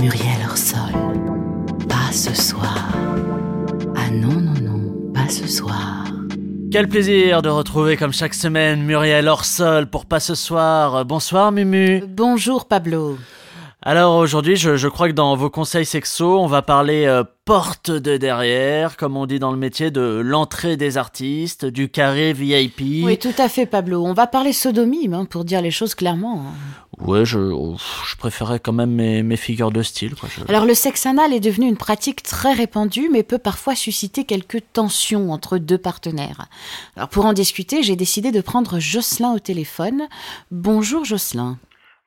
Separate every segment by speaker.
Speaker 1: Muriel Orsol. Pas ce soir. Ah non, non, non, pas ce soir.
Speaker 2: Quel plaisir de retrouver comme chaque semaine Muriel Orsol pour Pas ce soir. Bonsoir Mumu.
Speaker 1: Bonjour Pablo.
Speaker 2: Alors aujourd'hui, je, je crois que dans vos conseils sexo, on va parler euh, porte de derrière, comme on dit dans le métier, de l'entrée des artistes, du carré VIP.
Speaker 1: Oui, tout à fait Pablo. On va parler sodomie, hein, pour dire les choses clairement. hein.
Speaker 2: Ouais, je, ouf, je préférais quand même mes, mes figures de style. Quoi. Je-
Speaker 1: Alors le sexe anal est devenu une pratique très répandue mais peut parfois susciter quelques tensions entre deux partenaires. Alors pour en discuter, j'ai décidé de prendre Jocelyn au téléphone. Bonjour Jocelyn.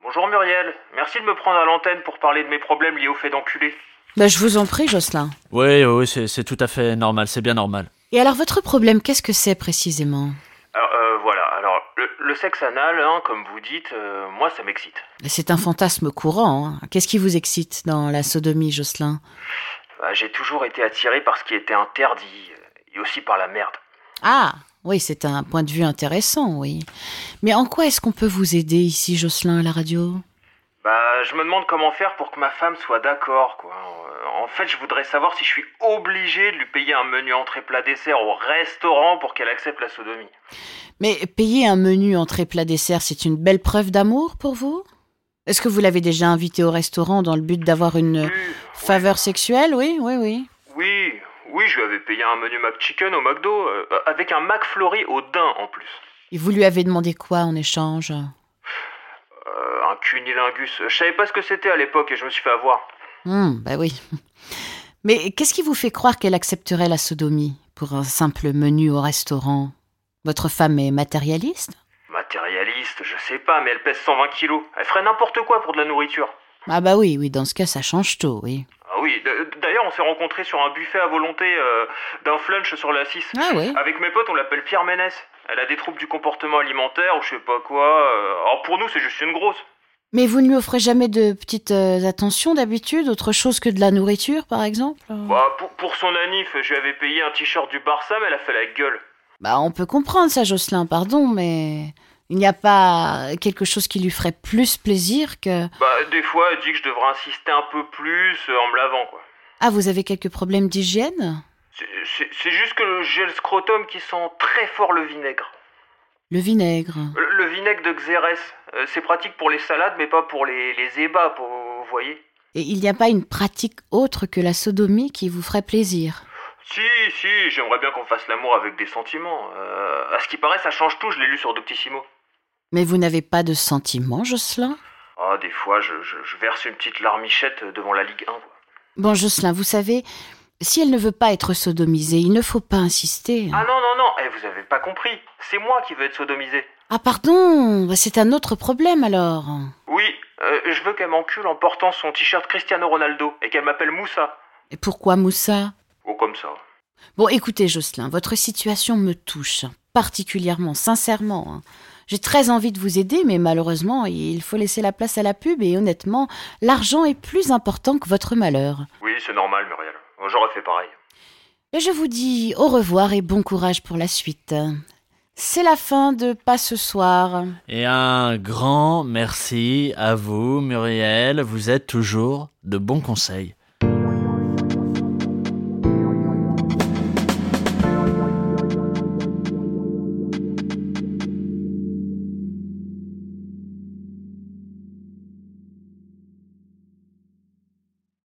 Speaker 3: Bonjour Muriel, merci de me prendre à l'antenne pour parler de mes problèmes liés au fait d'enculer.
Speaker 1: Bah, je vous en prie Jocelyn.
Speaker 2: Oui, oui, c'est c'est tout à fait normal, c'est bien normal.
Speaker 1: Et alors votre problème, qu'est-ce que c'est précisément
Speaker 3: Alors euh, voilà, alors le, le sexe anal, hein, comme vous dites, euh, moi ça m'excite.
Speaker 1: C'est un fantasme courant. hein. Qu'est-ce qui vous excite dans la sodomie, Jocelyn
Speaker 3: Bah, J'ai toujours été attiré par ce qui était interdit, euh, et aussi par la merde.
Speaker 1: Ah oui, c'est un point de vue intéressant, oui. Mais en quoi est-ce qu'on peut vous aider ici, Jocelyn, à la radio
Speaker 3: Bah je me demande comment faire pour que ma femme soit d'accord, quoi. Euh, En fait je voudrais savoir si je suis obligé de lui payer un menu entrée plat dessert au restaurant pour qu'elle accepte la sodomie.
Speaker 1: Mais payer un menu entrée plat dessert, c'est une belle preuve d'amour pour vous Est-ce que vous l'avez déjà invité au restaurant dans le but d'avoir une
Speaker 3: Oui,
Speaker 1: faveur sexuelle Oui, oui, oui.
Speaker 3: Oui, oui, je lui avais payé un menu McChicken au McDo, euh, avec un McFlurry au daim en plus.
Speaker 1: Et vous lui avez demandé quoi en échange
Speaker 3: Euh, un cunilingus. Je savais pas ce que c'était à l'époque et je me suis fait avoir.
Speaker 1: Hum, bah oui. Mais qu'est-ce qui vous fait croire qu'elle accepterait la sodomie pour un simple menu au restaurant Votre femme est matérialiste
Speaker 3: Matérialiste, je sais pas, mais elle pèse 120 kilos. Elle ferait n'importe quoi pour de la nourriture.
Speaker 1: Ah bah oui, oui, dans ce cas, ça change tout, oui.
Speaker 3: Ah oui, d- d'ailleurs, on s'est rencontrés sur un buffet à volonté euh, d'un flunch sur la 6.
Speaker 1: Ah oui
Speaker 3: Avec mes potes, on l'appelle Pierre Ménès. Elle a des troubles du comportement alimentaire ou je sais pas quoi. euh, Alors pour nous, c'est juste une grosse.
Speaker 1: Mais vous ne lui offrez jamais de petites euh, attentions d'habitude, autre chose que de la nourriture, par exemple
Speaker 3: Bah, pour, pour son anif, je lui avais payé un t-shirt du Barça, mais elle a fait la gueule.
Speaker 1: Bah on peut comprendre ça, Jocelyn, pardon, mais il n'y a pas quelque chose qui lui ferait plus plaisir que...
Speaker 3: Bah, des fois, elle dit que je devrais insister un peu plus euh, en me lavant, quoi.
Speaker 1: Ah, vous avez quelques problèmes d'hygiène
Speaker 3: C'est- C'est c'est juste que j'ai le scrotum qui sent très fort le vinaigre.
Speaker 1: Le vinaigre.
Speaker 3: Le, le vinaigre de Xérès, euh, c'est pratique pour les salades, mais pas pour les, les ébats, pour- vous voyez
Speaker 1: Et il n'y a pas une pratique autre que la sodomie qui vous ferait plaisir
Speaker 3: Si, si, j'aimerais bien qu'on fasse l'amour avec des sentiments. Euh, à ce qui paraît, ça change tout, je l'ai lu sur Doctissimo.
Speaker 1: Mais vous n'avez pas de sentiments, Jocelyn
Speaker 3: Ah, des fois, je, je- je verse une petite larmichette devant la Ligue 1, quoi.
Speaker 1: Bon, Jocelyn, vous savez, si elle ne veut pas être sodomisée, il ne faut pas insister.
Speaker 3: Ah non, non, non, eh, vous avez pas compris. C'est moi qui veux être sodomisé.
Speaker 1: Ah pardon, bah, c'est un autre problème alors.
Speaker 3: Oui, euh, je veux qu'elle m'encule en portant son t-shirt Cristiano Ronaldo et qu'elle m'appelle Moussa.
Speaker 1: Et pourquoi Moussa
Speaker 3: Oh, comme ça.
Speaker 1: Bon, écoutez Jocelyn, votre situation me touche particulièrement, sincèrement. hein. J'ai très envie de vous aider, mais malheureusement, il faut laisser la place à la pub et honnêtement, l'argent est plus important que votre malheur.
Speaker 3: Oui, c'est normal, Muriel. J'aurais fait pareil.
Speaker 1: Et je vous dis au revoir et bon courage pour la suite. C'est la fin de Pas ce soir.
Speaker 2: Et un grand merci à vous, Muriel. Vous êtes toujours de bons conseils.